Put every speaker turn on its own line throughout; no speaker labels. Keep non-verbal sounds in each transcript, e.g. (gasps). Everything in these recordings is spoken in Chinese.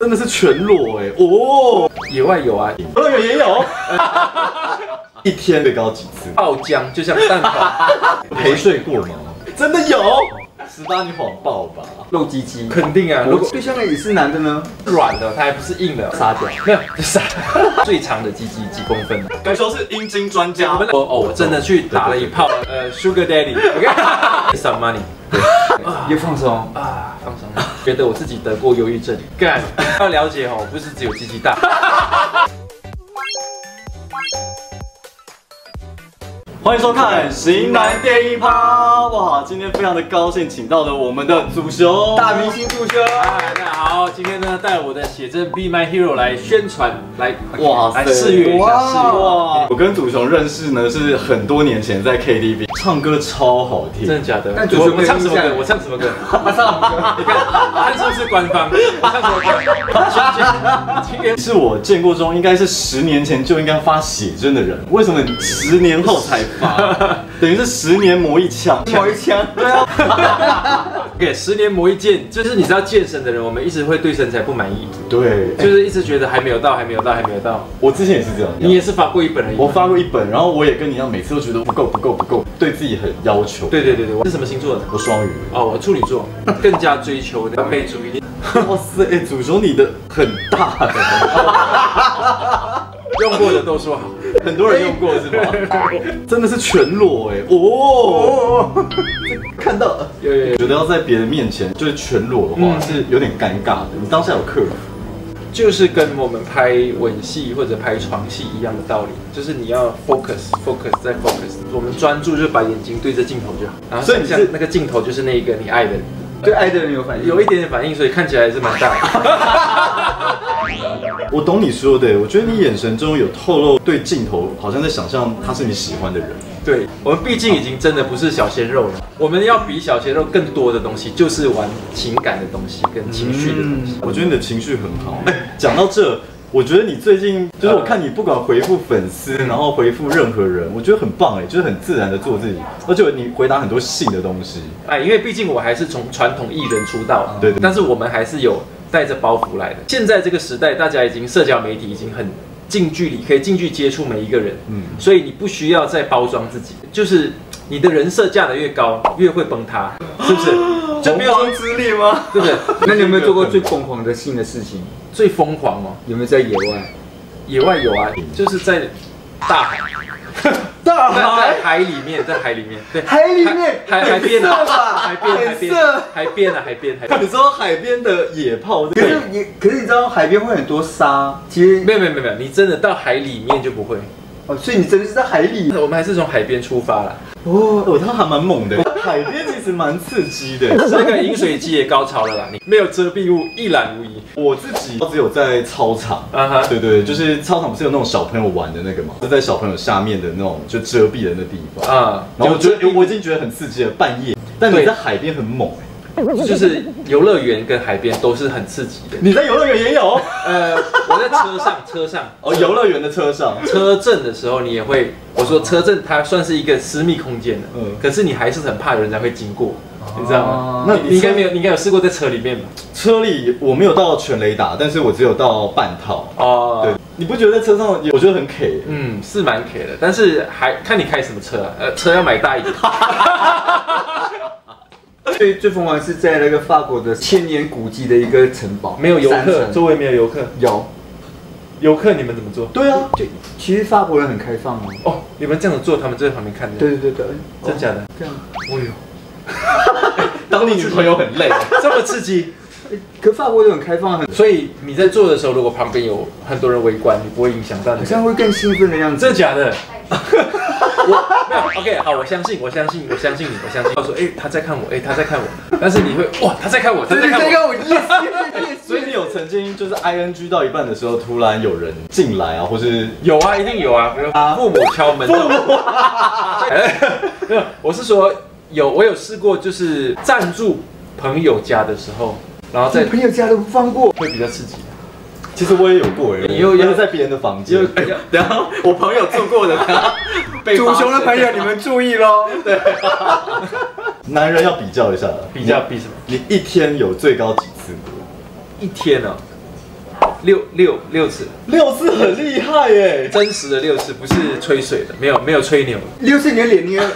真的是全裸哎、
欸
哦，
野外有啊，
游乐园也
(laughs)
有，一天最高几次？
爆浆就像蛋 (laughs) 挞，
陪睡过吗？真的有，十八你谎报吧？
露鸡鸡。
肯定啊。如
如
果
果对象的也是男的呢？
软的，它还不是硬的，
傻屌。
没有 (laughs) 就傻。最长的鸡鸡几公分？
该说是阴茎专
我
家
们我哦，我真的去打了一炮，呃，Sugar (laughs) Daddy，OK，some money
又放松，
啊，放松了，觉得我自己得过忧郁症，干，要了解哦，不是只有鸡鸡大。 (laughs)
欢迎收看《型男电影趴》。哇，今天非常的高兴，请到了我们的祖雄
大明星助修。
嗨，大家啊好，今天呢带我的写真 Be My Hero 来宣传，来
哇
来
塞
试阅一下，
哎哇
试阅，
哇！我跟祖雄认识呢是很多年前在 KTV，唱歌超好听。
真的假的？
但主持
我
人
我唱什么
没有
歌？
印象
我唱什么 (laughs) 歌？我唱，你看，看是不是官 (laughs) 方？我唱什么歌？今 (laughs) 天
是我见过中应该是十年前就应该发写真的人，为什么你十年后才发？等于是十年磨一枪。
某一枪，
给十年磨一剑，就是你知道健身的人，我们一直会对身材不满意，
对，就
就是是一直觉得还没有到，还没有到，还没有到。
我之前也是这样。
你也是发过一本而已。
我发过一本，然后我也跟你一样，每次都觉得不够，不够，不够，对自己很要求。，
对对对对，我是什么星座的？
我双鱼。
哦，我处女座，更加追求完美主义，
哇塞，哎，祖雄你的很大的。
(laughs) 用过的都说好。
很多人用过是吗？
真的是全裸哎、哦，
看到，
有有有，
觉得要在别人面前就是全裸的话、
嗯
是有点尴尬的。你当下有客人，
就是跟我们拍吻戏或者拍床戏一样的道理，就是你要 focus focus 再 focus，我们专注就把眼睛对着镜头就好，然后
所以
想
你
象
是
那个镜头就是那一个你爱的人，
对爱的人有反应。
有一点点反应，所以看起来还是蛮大的。
(laughs) 我懂你说的，我觉得你眼神中有透露对镜头，好像在想象他是你喜欢的人。
对我们毕竟已经真的不是小鲜肉了，我们要比小鲜肉更多的东西，就是玩情感的东西跟情绪的东西。
我觉得你的情绪很好。哎，讲到这。我觉得你最近就是我看你不管回复粉丝，然后回复任何人，我觉得很棒哎，就是很自然的做自己，而且你回答很多性的东西。
哎，因为毕竟我还是从传统艺人出道，啊
对对
但是我们还是有带着包袱来的。现在这个时代，大家已经社交媒体已经很近距离，可以近距离接触每一个人，嗯
嗯，
所以你不需要再包装自己，就是你的人设架得越高，越会崩塌，是
(gasps)
不是？就没有说
之力吗？
对不对？
(laughs) 那你有没有做过最疯狂的性的事情？
最疯狂哦，
有没有在野外？
野外有啊，就是在大海，
(laughs) 大
在在海里面，在海里面，对，
海里面
海海边
很色
啊，
吧
海边海
很
边
色
海边啊，海边海边
你。说海边的野炮
可
对
是你，可是你知道海边会很多沙，其实
没有没有没有没有，你真的到海里面就不会。
哦，所以你真的是在海里
我们还是从海边出发了，
哦，我他还蛮猛的，海边其实蛮刺激的。
那个饮水机也高潮了啦，你没有遮蔽物一览无遗。
我自己只有在操场，
啊哈，
对对，就是操场不是有那种小朋友玩的那个嘛，就在小朋友下面的那种就遮蔽的那地方。
啊，
然后我觉
就
得我已经觉得很刺激了，半夜。但
对
你在海边很猛哎、
就是游乐园跟海边都是很刺激的。
你在游乐园也有
呃，我在车上，车上。
哦，游乐园的车上。
车震的时候，你也会，我说车震它算是一个私密空间的，
嗯啊
可是你还是很怕有人家会经过，你知道吗？
那
你应该没
有
有，你应该有试过在车里面吧？
车里我没有到全雷达，但是我只有到半套。
哦，
对，，你不觉得在车上也我觉得很 K？
嗯，是蛮铁的，但是还看你开什么车啊，呃，车要买大一点。
最最疯狂是在那个法国的千年古迹的一个城堡，
没有游客，
三层
周围没有游客，
有。
游客你们怎么做？
对啊，
就其实法国人很开放哦。
哦，你们这样子做，他们就在旁边看着。，
对对对对，
真假的？
这样。
哦呦，
(laughs) 当你女朋友很累。
(laughs) 这么刺激！
可法国人很开放，很
所以你在做的时候，如果旁边有很多人围观，你不会影响到
好
你。
像会更兴奋的样
真
子
的。
(laughs)
假的？我没有 OK，好，我相信，我相信，我相信你，我相信。他说，哎、他在看我，哎、他在看我，但是你会，哇，他在看我，他在看
这
我。
个我 yes yes
所以你有曾经就是 I N G 到一半的时候，突然有人进来啊，或是
有啊，一定有啊，比如父母敲门。父 (laughs) 母。没有，我是说有，我有试过，就是暂住朋友家的时候，然后再
朋友家都不放过。
会比较刺激。
其实我也有过哎，
你又
我
要
也在别人的房间
又，
哎然后我朋友做过的，他
(laughs)
被发现，
友，你们注意喽！对，
男人要比较一下，
比较比什么？
你，你一天有最高几次过？
一天呢、哦六六六次，
六次很厉害欸耶！
真实的六次，不是吹水的，没有没有吹牛。
六是你的脸，你的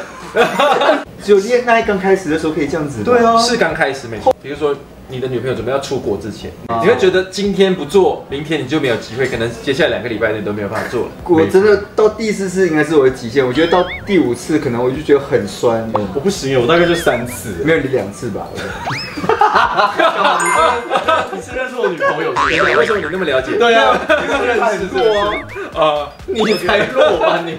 只有恋爱刚开始的时候可以这样子。
对，啊，
是刚开始没错，比如说你的女朋友准备要出国之前，你会觉得今天不做，明天你就没有机会，可能接下来两个礼拜你都没有办法做了。
我真的到第四次应该是我的极限，我觉得到第五次可能我就觉得很酸。
我不行耶，欸我大概就三次。
没有你两次吧，
你是认识我女朋友是不是
为什么你那么了解？
对啊，
呃，
你才弱吧你？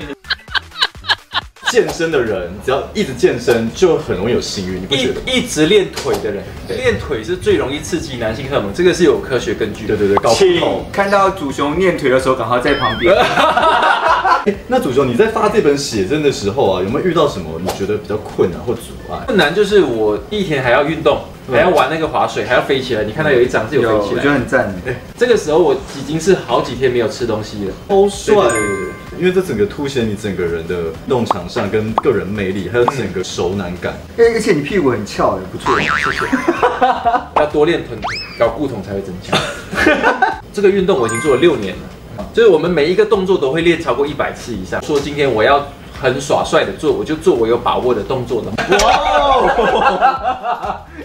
健身的人只要一直健身就很容易有性欲，你不觉得吗？
(laughs) 一一直练腿的人，
对
练腿是最容易刺激男性荷尔蒙，这个是有科学根据的。
对对对，搞不懂。
(laughs) 看到祖雄练腿的时候，赶快在旁边。
哎那主角，你在发这本写真的时候啊，有没有遇到什么你觉得比较困难或阻碍？
困难就是我一天还要运动，还要玩那个划水，还要飞起来。你看到有一张是
有，哎
有飞
我
起
觉得
来，
很赞。
这个时候我已经是好几天没有吃东西了。
超帅
对对对
因为这整个凸显你整个人的运动场上跟个人魅力，还有整个熟男感。
哎，而且你屁股很翘，欸也不错。
要多练臀，搞固酮才会增强。 (laughs) 这个运动我已经做了六年了，就是我们每一个动作都会练超过一百次以上。说今天我要很耍帅的做，我就做我有把握的动作的。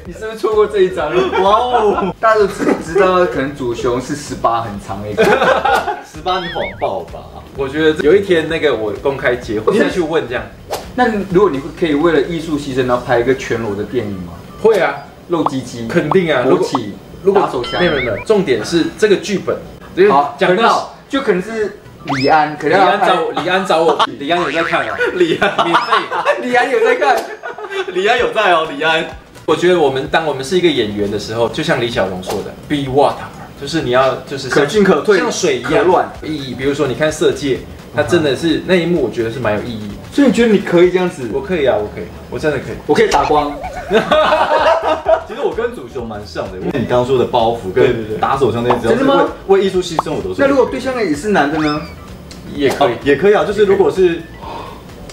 你是不是错过这一张？ (laughs) 哇哦！大家都只知道，可能祖雄是十八很长的一 (laughs) 个。
十八，你谎报吧？
我觉得有一天那个我公开结婚再去问这样，
那如果你可以为了艺术牺牲，然后拍一个全裸的电影吗？
会啊，
露鸡鸡，
肯定啊。
勃起，
如果
打手枪
没。有没有没有，重点是这个剧本。就是
好，
讲
讲
到
到就可能是李安，可
李
能要
安
拍
找我，李安找我，李安有在
(laughs)
看啊，
李安，
免费。
啊李安有在看。
李安有在哦，李安。
我觉得我们当我们是一个演员的时候，就像李小龙说的，be water，就是你要就是像
可进可退
像水一
可
样
乱
有意义。比如说你看《色戒》，它真的是那一幕，我觉得是蛮有意义的。
(laughs) 所以你觉得你可以这样子？
我可以啊，我可以，我真的可以。
我可以打光。
其实我跟主雄蛮像的，因为你刚刚说的包袱
对对对
跟打手枪那些，只要是
真的吗
为为艺术牺牲，我都是。
那如果对象也是男的呢？
也可以
哦。也可以啊，就是如果是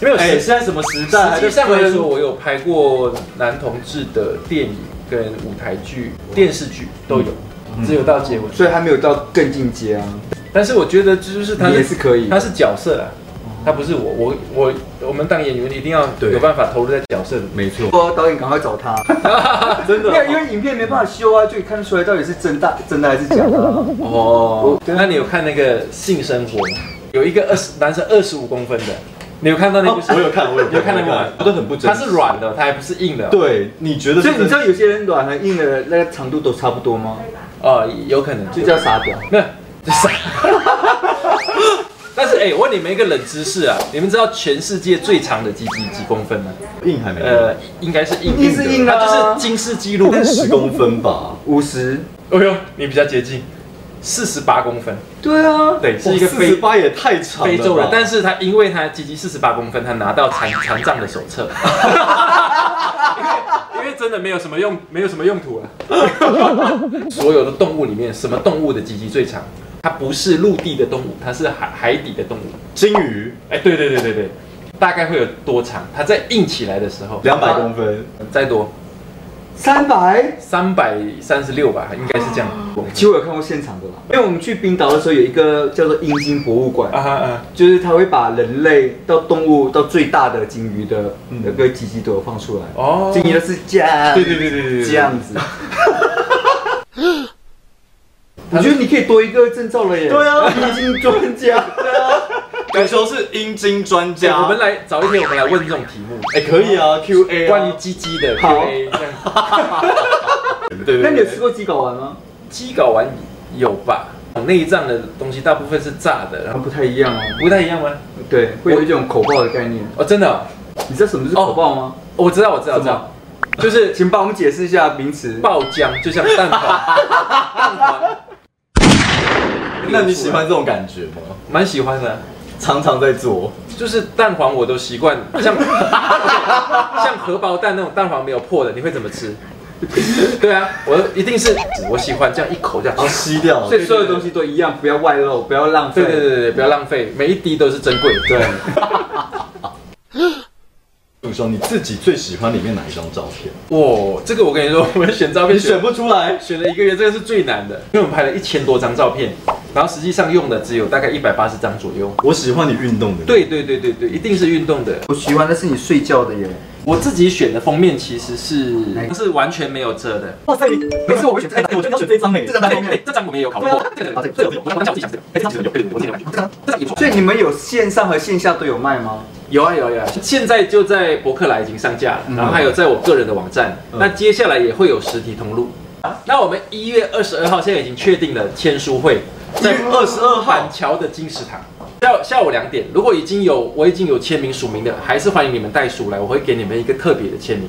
没有
哎
谁现在什么时代，还
实际
在
上
分
来说，我有拍过男同志的电影、跟舞台剧、电视剧都有，只有到结婚。
所以还没有到更进阶啊。
但是我觉得就是他
你也是可以
他是角色啊，他不是我，我我我们当演员一定要
对
有办法投入在角色里面。
没错，
说导演赶快找他，
真
没有，因
的。
为影片没办法修啊，就看得出来到底是真的真的还是假的 (laughs) 啊。
哦，那你有看那个性生活吗？有一个二十男生二十五公分的，你有看到那部？
(laughs) 哦我有看，我有
有看那部吗？
我都很不真
它
实。
是软的，它还不是硬的。，
对，你觉得
所以
是真
你知
的？
道有些人软和硬的那个长度都差不多吗？
哦，有可能
就叫傻屌。
没有，就傻。 (laughs) 但是哎、我问你们一个冷知识啊，你们知道全世界最长的鸡鸡几公分吗？
硬还没
呃，应该是硬
一定是硬的啊
它就是金氏纪录。
十公分
(laughs)
吧。
五十。
哦呦，你比较接近，四十八公分，哦
对啊。
对，是一个
四十
非
八也太长了吧，
非洲人，但是他因为他积极四十八公分，他拿到 (laughs) 残残障的手册。因为因为真的没有什么用，没有什么用途 (laughs) 了、所有的动物里面，什么动物的鸡鸡最长？它不是陆地的动物，它是海海底的动物。
金鱼
哎，对对对对对，大概会有多长？它在硬起来的时候，
两百公分，
再多
三百。
三百三十六吧，应该是这样。
其实我有看过现场的啦，因为我们去冰岛的时候有一个叫做阴茎博物馆，
啊哈啊！
就是它会把人类到动物到最大的鲸鱼的那个鸡鸡都有放出来。
哦
鲸鱼都是这样，
对对对对对对对
这样子。我觉得你可以多一个证照了耶。
对啊
阴茎专家。
感受是阴茎专
对，
家。
我们来早一天，我们来问这种题目，
哎，可以啊，Q A
关于鸡鸡的
好
Q&A 这样。
对
(laughs) 那
对
你有
对
吃，过鸡睾丸吗？
鸡睾丸有吧？内脏的东西大部分是炸的，然
啊，
后
不太一样哦。
不太一样吗？
对，会有一种口爆的概念。
哦，真的、哦，
你知道什么是口爆吗？
我知道，我知道，我知道，就是
请帮我们解释一下名词。
爆浆，就像蛋黄，蛋黄。
那你喜欢这种感觉吗？
蛮喜欢的，啊
常常在做，
就是蛋黄我都习惯，像像荷包蛋那种蛋黄没有破的，你会怎么吃？ (laughs) 对啊，我一定是我喜欢这样一口这样
然。后啊吸掉
所。以所有东西都一样，不要外露，不要浪费。
对对对对，不要浪费，每一滴都是珍贵的。
对
主张，你自己最喜欢里面哪一张照片？
哇，这个我跟你说，我们选照片
你选不出来，
选了一个月，这个是最难的，因为我们拍了一千多张照片，然后实际上用的只有大概一百八十张左右。
我喜欢你运动的。，
对对对对对，一定是运动的。
我喜欢的是你睡觉的耶。
我自己选的封面其实是
哪一个
是完全没有遮的，
哇塞，你
每次我选这
哎，我觉得你要选这一张哎，
这张蛮好看的
哎这张我们也有考虑过，这个这个我当下我自己想这个，哎，这张其实有，对对对我自己有买，这张这张也不错。
所以你们有线上和线下都有卖吗？
有啊有啊有啊，现在就在博客来已经上架了，
嗯
然后还有在我个人的网站。
嗯
那接下来也会有实体通路。那我们一月二十二号现在已经确定了签书会，在二十二板桥的金石堂，下下午两点。如果已经有我已经有签名署名的，还是欢迎你们带书来，我会给你们一个特别的签名。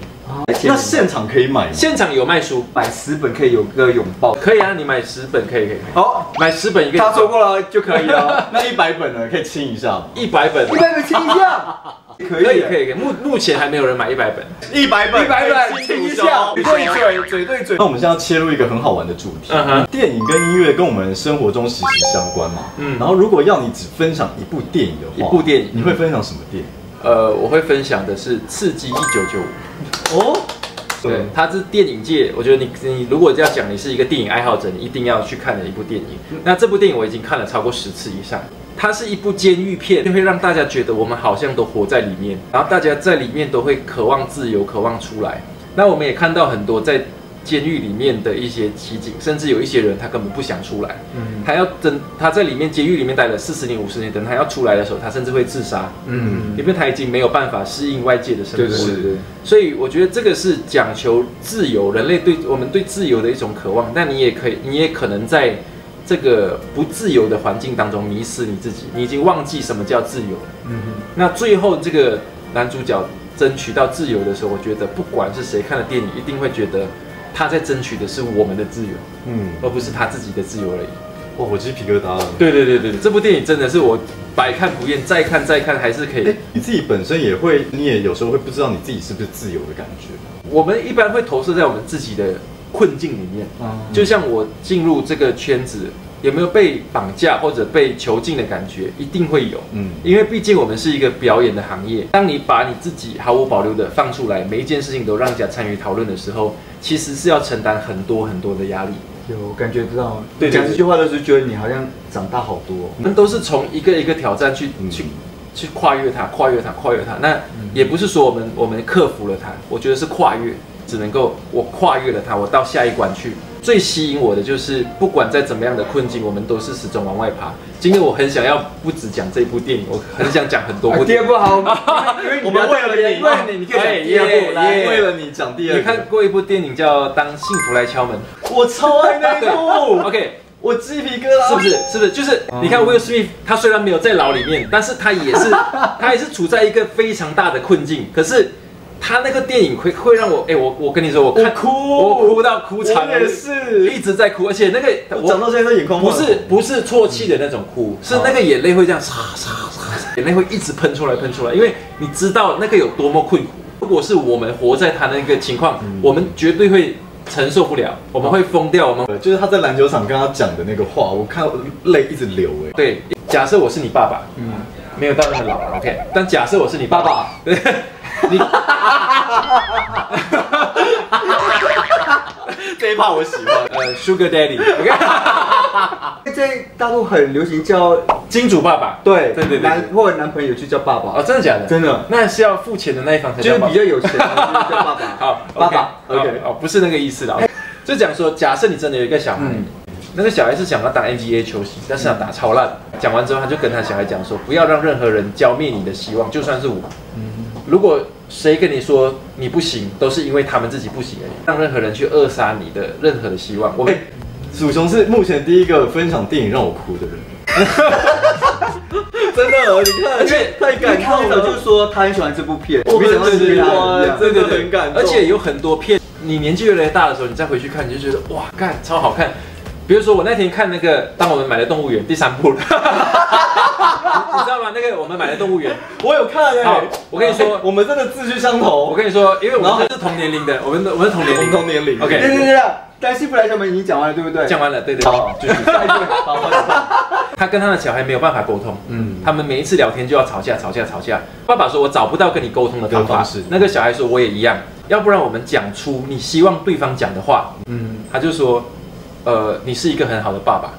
那现场可以买吗？
现场有卖书，
买十本可以有个拥抱。
可以啊，你买十本可以可以，可以
好，
买十本一个。
他说过了就可以了。
那一百本呢？可以亲一下吗？
一百本，
你
可
再给 (laughs) 听一下， (laughs) 可
以可以可
以。
以，目目前还没有人买一百本。哎
一百本，
一百本，
可
听
以
一
亲
下，
哦
对嘴，嘴对嘴
(laughs) 那。我们现在要切入一个很好玩的主题，
嗯哼
电影跟音乐跟我们生活中息息相关嘛。
嗯
嗯，然后如果要你只分享一部电影的话，
一部电影
你会分享什么电影？
呃，我会分享的是《刺激一九九五》。
哦，
对，它是电影界，我觉得你你如果要讲你是一个电影爱好者，你一定要去看的一部电影。那这部电影我已经看了超过十次以上。它是一部监狱片，就会让大家觉得我们好像都活在里面，然后大家在里面都会渴望自由，渴望出来。那我们也看到很多在监狱里面的一些奇景，甚至有一些人他根本不想出来，
嗯
他要等他在里面监狱里面待了四十年、五十年，等他要出来的时候，他甚至会自杀。
嗯，
因为他已经没有办法适应外界的生活。
对对对对。
所以我觉得这个是讲求自由，人类对我们对自由的一种渴望。但你也可以，你也可能在这个不自由的环境当中迷失你自己，你已经忘记什么叫自由。
嗯
那最后这个男主角争取到自由的时候，我觉得不管是谁看了电影，一定会觉得他在争取的是我们的自由，
嗯，
而不是他自己的自由而已。
哇，我鸡皮疙瘩了。
对对对对，对这部电影真的是我百看不厌，再看再看还是可以。
哎，你自己本身也会，你也有时候会不知道你自己是不是自由的感觉。
我们一般会投射在我们自己的困境里面。
哼，
就像我进入这个圈子，有没有被绑架或者被囚禁的感觉，一定会有。
嗯
因为毕竟我们是一个表演的行业，当你把你自己毫无保留的放出来，每一件事情都让人家参与讨论的时候，其实是要承担很多很多的压力。
有感觉得到。
对对对
讲这句话的时候，觉得你好像长大好多哦。
我们都是从一个一个挑战去、
嗯
去去跨越它，跨越它，跨越它。那也不是说我们我们克服了它，我觉得是跨越，只能够我跨越了它，我到下一关去。最吸引我的就是，不管在怎么样的困境，我们都是始终往外爬。今天我很想要不只讲这部电影，我很想讲很多部
啊，第
电
二
影。
部 (laughs) 好，因为你
我们为了你
为了你，你可以讲第二
哎耶
部来。
耶
为了你讲第二
你
个，
看过一部电影叫《当幸福来敲门
我超爱那》
对
一部，
(laughs) ，OK，
我鸡皮疙瘩。
是不是？是不是？就是
哦
你看 Will Smith，他虽然没有在牢里面，但是他
(laughs)
也是他也是处在一个非常大的困境。可是他那个电影会会让我，哎、我我跟你说，我看
我哭
我哭到哭惨
我
了，
也是
一直在哭，而且那个
我讲到现在都眼眶
不
泛红
是不是啜泣的那种
嗯
哭，是那个眼泪会这样沙沙沙，沙眼泪会一直喷出来喷出来，因为你知道那个有多么困苦。如果是我们活在他那个情况，
嗯
我们绝对会承受不了，我们会疯掉，我们
呃就是他在篮球场跟他讲的那个话，我看泪一直流哎。
对，假设我是你爸爸，嗯，没有到那么老了，OK。但假设我是你爸爸，对， (laughs)
(laughs)
你
这一趴我喜欢。
呃，Sugar Daddy，OK，
在大陆很流行叫
(laughs) 金主爸爸，
对
对对对
男或者男朋友就叫爸
哦，
爸，
真的假的？
真的
那是要付钱的那一方才
就
叫
是
爸爸
比较有钱的就叫爸爸。
好，
(laughs) 爸哎爸
OK，哦，不是那个意思啦，就讲说，假设你真的有一个小孩，
嗯
那个小孩是想要当 NBA 球星，但是他打超烂。
嗯
讲完之后，他就跟他小孩讲说，不要让任何人浇灭你的希望，就算是我。
嗯
如果谁跟你说你不行，都是因为他们自己不行而已，让任何人去扼杀你的任何的希望。我们、
哎，鼠熊是目前第一个分享电影让我哭的人。
真的，你看，
而且
太感动了，就说他很喜欢这部片，
我
没想到是跟他一
哇
样。
真的很感动
而且有很多片，你年纪越来越大的时候，你再回去看，你就觉得哇，干超好看。比如说我那天看那个，当我们买了《动物园》第三部了，你 (laughs) 你知道吗？那个我们买了《动物园》，
我有看
好
哎，
我跟你说
哎我们真的志趣相
我
投，
跟你说，因为我们是同年龄的，我们的我们是同年
我
龄
们
的。
同年龄。
OK
对对对对，但是不来小门已经讲完了，对不对？
讲完了，对对对。
好，继续。
下一部，好好好
他跟他的小孩没有办法沟通，嗯，他们每一次聊天就要吵架，吵架，吵架。爸爸说：“我找不到跟你沟通的方
方
法。
式”
那个小孩说：“我也一样。”要不然我们讲出你希望对方讲的话，嗯，他就说：“呃，你是一个很好的爸爸。”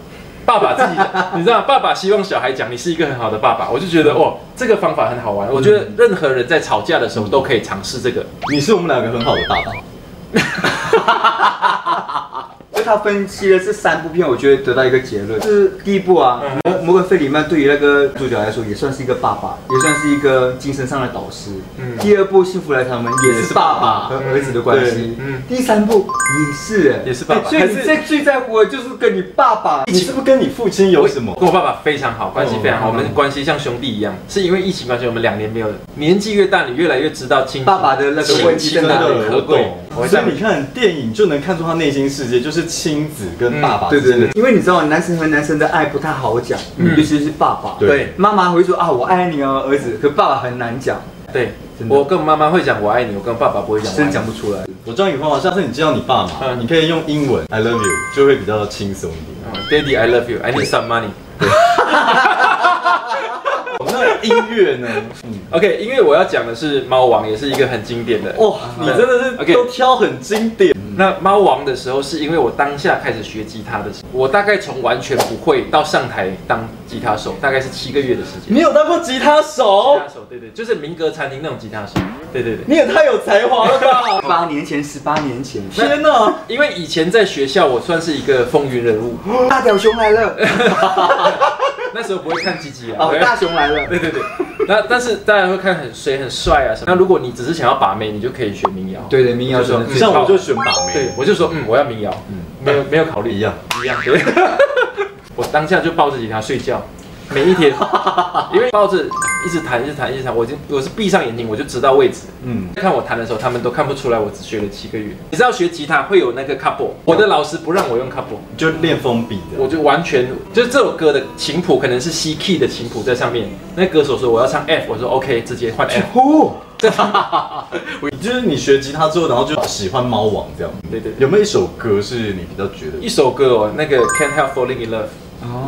爸爸自己讲，
(laughs)
你知道，爸爸希望小孩讲你是一个很好的爸爸，我就
嗯
觉得哦，这个方法很好玩。我觉得任何人在吵架的时候都可以尝试这个。
嗯
你是我们两个很好的爸爸。
就他分析了这三部片，我觉得得到一个结论，就是第一部啊，
嗯
摩摩根费里曼对于那个主角来说也算是一个爸爸，也算是一个精神上的导师。
嗯
第二部《幸福来他们》也是爸爸和儿子的关系。
嗯嗯
第三部也是哎
也是爸爸
所以你
还是
最最在乎的就是跟你爸爸
你是不是跟你父亲有什么？
跟我爸爸非常好，关系非常
嗯
好，我们关系像兄弟一样。是因为疫情关系，我们两年没有。年纪越大，你越来越知道亲
爸爸的那个问题在
亲情
哪里
的可贵。我
所
想
以你看电影就能看出他内心世界，就是亲子跟爸爸
对
之
对
间的
对，因为你知道男生和男生的爱不太好讲，尤其是爸爸。
对
嗯对
妈妈会说啊我爱你哦儿子，可爸爸很难讲，
对，
真的
我跟妈妈会讲我爱你，我跟爸爸不会讲我爱
真
你。
讲不出来。
我教你方啊法，下次你见到你爸嘛，
嗯
你可以用英文 I love you，就会比较轻松一点。
嗯 Daddy, I love you. I need some money.
那音乐呢？嗯，
OK，因为我要讲的是《猫王》，也是一个很经典的。
哇，你真的是
OK
都挑很经典。
那猫王的时候，是因为我当下开始学吉他的时候，我大概从完全不会到上台当吉他手，大概是七个月的时间。
你有当过吉他手
哦
吉？他手，对对，就是民歌餐厅那种吉他手，对对对。
你也太有才华了 (laughs) 吧！
八年前，十八年前，
天哪，
因为以前在学校，我算是一个风云人物， (laughs)
大屌熊来了，
那时候不会看鸡鸡啊，
哦，
对
大熊来了，
对对对。那但是大家会看很谁很帅啊什么。那如果你只是想要把妹，你就可以学民谣。
对对，民谣真的
嗯
最
像我就选把
对
妹，，
我就说嗯，我要民谣，嗯，没有没有考虑
一样
一样。对， (laughs) 我当下就抱着吉他睡觉，每一天，因为抱着一直弹一直弹一直弹，我已经我是闭上眼睛我就知道位置。
嗯，
看我弹的时候，他们都看不出来我只学了七个月。你知道学吉他会有那个 couple，我的老师不让我用 couple。
就练封闭的。
我就完全就是这首歌的琴谱可能是 C key 的琴谱在上面，那歌手说我要唱 F，我说 OK，直接换 F。
哦，
就是你学吉他之后，然后就喜欢猫王这样。
对对对，
有没有一首歌是你比较觉得
一首歌哦，那个 Can't Help Falling in Love，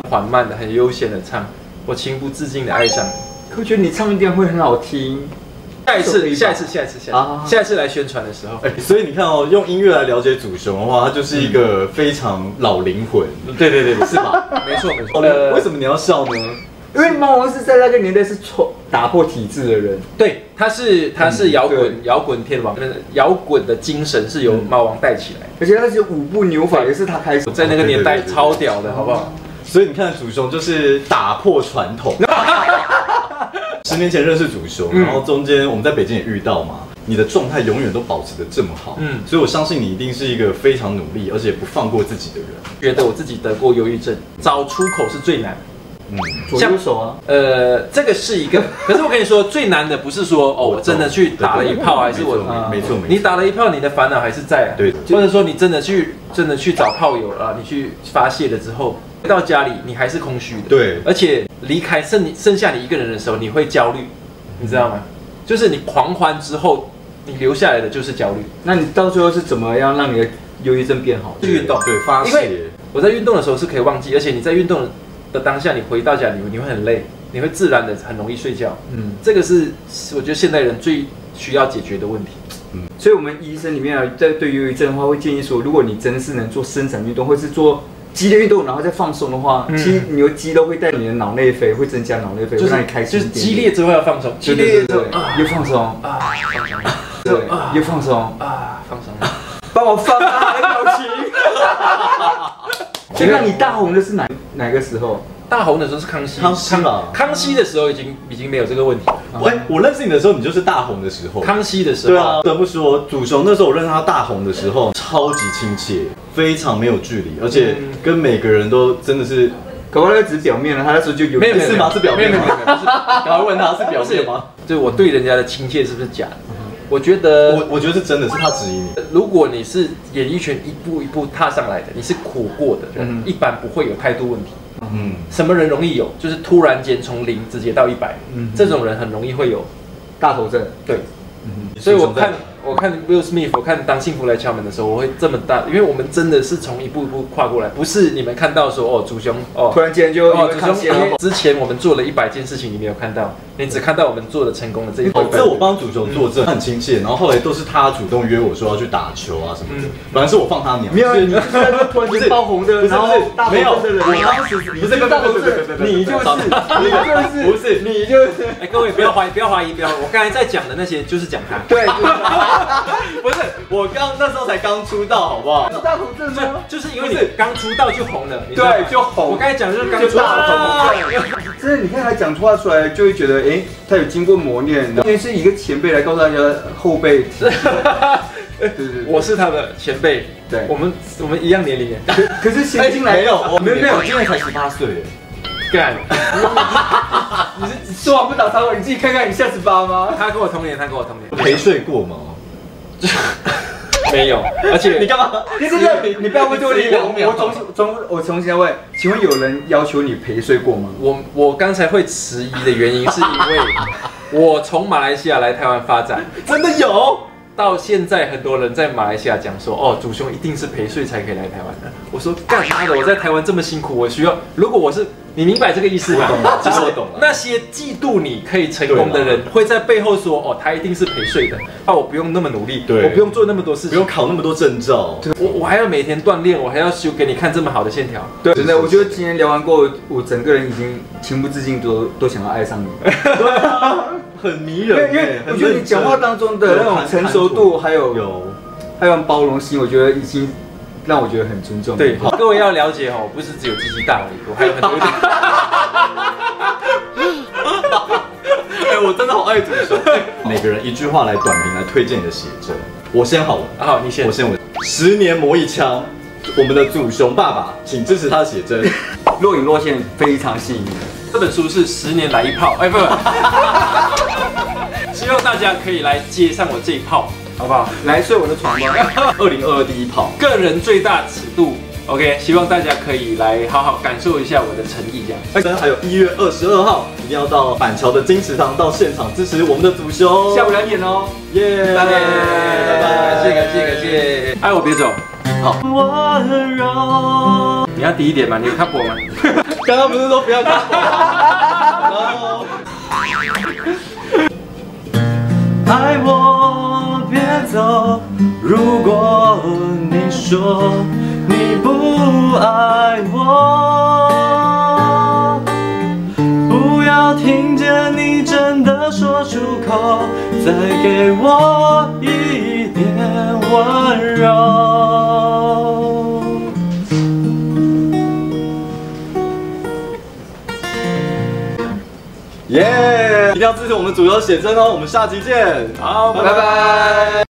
缓慢的、很悠闲的唱，我情不自禁的爱上你。
可我觉得你唱一定会很好听，
下一
这首可以
次，下
吧
一次，下一次，下一
啊
次，下一次来宣传的时候，
哎、所以你看哦，用音乐来了解祖雄的话，他就是一个非常老灵魂，
对对对对，是吧？没错没错。呃，
为什么你要笑呢？
因为猫王是在那个年代是戳打破体制的人，
对，他是他是摇滚摇滚天王，那个摇滚的精神是由猫王带起来的，
而且那些舞步扭法也是他开始
我，在那个年代
对对对对
超屌的，好不好？
所以你看祖雄就是打破传
(laughs)
统。十年前认识祖雄，
嗯
然后中间我们在北京也遇到嘛，你的状态永远都保持的这么好，嗯
嗯，
所以我相信你一定是一个非常努力而且不放过自己的人，
觉得我自己得过忧郁症，找出口是最难的。
嗯，
左右手啊，
呃，这个是一个， (laughs) 可是我跟你说，最难的不是说哦，我真的去打了一炮，还是
没
我嗯
错没错没错，
你打了一炮，你的烦恼还是在啊，
对
或者说你真的去真的去找炮友了，你去发泄了之后，回到家里你还是空虚的，
对
而且离开剩你剩下你一个人的时候，你会焦虑，你知道吗？就是你狂欢之后，你留下来的就是焦虑。
那你到最后是怎么样让你的忧郁症变好的？
去运动，
对发泄
因为我在运动的时候是可以忘记，而且你在运动的当下，你回到家里你会很累，你会自然的很容易睡觉。
嗯，
这个是是我觉得现代人最需要解决的问题。
所以我们医生里面啊，在对忧郁症的话，会建议说，如果你真的是能做伸展运动，或是做激烈运动，然后再放松的话，
嗯
肌你的肌肉会带你的脑内啡，会增加脑内啡，
就
会让
是
你开心
就
一
是
点点
激烈之后要放松，激烈
对对对
之后
对，又放松，
啊
对，又放松，
啊放松。
帮我放大你的表情。就让你大红的是哪哪个时候？
大红的时候是康熙，
康熙吧
康熙的时候已经已经没有这个问题了。
喂、我认识你的时候，你就是大红的时候，
康熙的时
哦
候，
对啊，不得不说，祖雄那时候我认识他大红的时候，超级亲切，非常没有距离，而且
嗯
跟每个人都真的是，
搞不好那只是表面了，他那时候就有
没有没有
是吗是表面吗
没有没有没有没有不是
(laughs) 赶快问他是表
不是
面吗？？嗯
对我对人家的亲切是不是假的？我觉得
我我觉得是真的是他质疑你，
如果你是演艺圈一步一步踏上来的，你是苦过的人，
嗯
一般不会有态度问题。
嗯，
什么人容易有？就是突然间从零直接到一百，
嗯
这种人很容易会有。
大头症。
对，
你
所以我
祖雄在
看我看 Will Smith，我看《当幸福来敲门》的时候，我会这么大，因为我们真的是从一步一步跨过来，不是你们看到说哦，竹兄哦，
突然间就因
哦，
为
竹
看
兄
戏，
因为之前我们做了一百件事情，你没有看到，你只看到我们做的成功的这一部
嗯
哦，
哎
分
这。我帮主雄作证，他很亲切。然后后来都是他主动约我说要去打球啊什么的，本来是我放他鸟，
嗯没有，
就是
你就是那个突然间爆红的，
不是
然
不
后
是
大，
没有，
红色的人，
我当时不是
大红色的人，你就是，你就是，
不是
你就是，
哎，各位不要怀疑，不要怀疑，不要，我刚才在讲的那些就是讲
(laughs)
他。
对，就是
不是，我刚那时候才刚出道，好不好？
大红色的人。
就就是因为你刚出道就红了，你知道吗
对就红
我刚才讲的就是刚
就
出道
大红真的，你看他讲出话出来，就会觉得，哎，他有经过磨练，因为是一个前辈来告诉大家后辈，对
(laughs)
对对，
我是他的前辈，
对
我们我们一样年龄耶，
可是先进来
没有，我
哎没有没有
我，今年才十八岁，
干，
你是说完不打招呼，你自己看看，你下十八吗？
他跟我同年，他跟我同年，
陪睡过吗？
没有，而且
你干嘛？
你这个你不要问这个问题，
你自己
我我重重我重新来问，请问有人要求你陪睡过吗？
我我刚才会迟疑的原因是因
(laughs)
为我从马来西亚来台湾发展，
真的有，
到现在很多人在马来西亚讲说，哦，祖兄一定是陪睡才可以来台湾的。我说干妈的，我在台湾这么辛苦，我需要，如果我是你明白这个意思吗？
其实我懂了
那些嫉妒你可以成功
对
的人，会在背后说，哦，他一定是陪睡的，啊，我不用那么努力，
对
我不用做那么多事
不
情，
用考那么多证照，
我我还要每天锻炼，我还要修给你看这么好的线条。
对，真的，我觉得今天聊完过后，我整个人已经情不自禁都都想要爱上你，
很迷
因为
人
因为
耶。
我觉得你讲话当中的那种成熟度，还有
有
还有包容心，我觉得已经让我觉得很尊重。
对，各位要了解哦，不是只有鸡鸡大而已，我还有很多点。
哎、我真的好爱主持。 (laughs) 每个人一句话来短评来推荐你的写真。我先好了，
啊好，你先
我。先我十年磨一枪，我们的祖雄爸爸，请支持他的写真。
若隐若现非常吸引人。
这本书是十年来一炮，哎，不 (laughs) 不。希望大家可以来接上我这一炮，好不好？
来睡我的床吧。
二零二二第一炮，
个人最大尺度，OK，希望大家可以来好好感受一下我的诚意，这样。
而且还有一月二十二号，一定要到板桥的金池堂到现场支持我们的祖雄。
下午两点哦。
耶，
拜拜
拜拜，
感谢感谢感。谢，哎，我别走，
温柔，
你要低一点嘛，你有看我吗？
刚刚不是说不要打我吗哦爱我别走，如果你说你不爱我，不要听见你真的说出口，再给我一点温柔。耶一定要支持我们主流写真哦，我们下期见。
好，拜拜。
拜拜。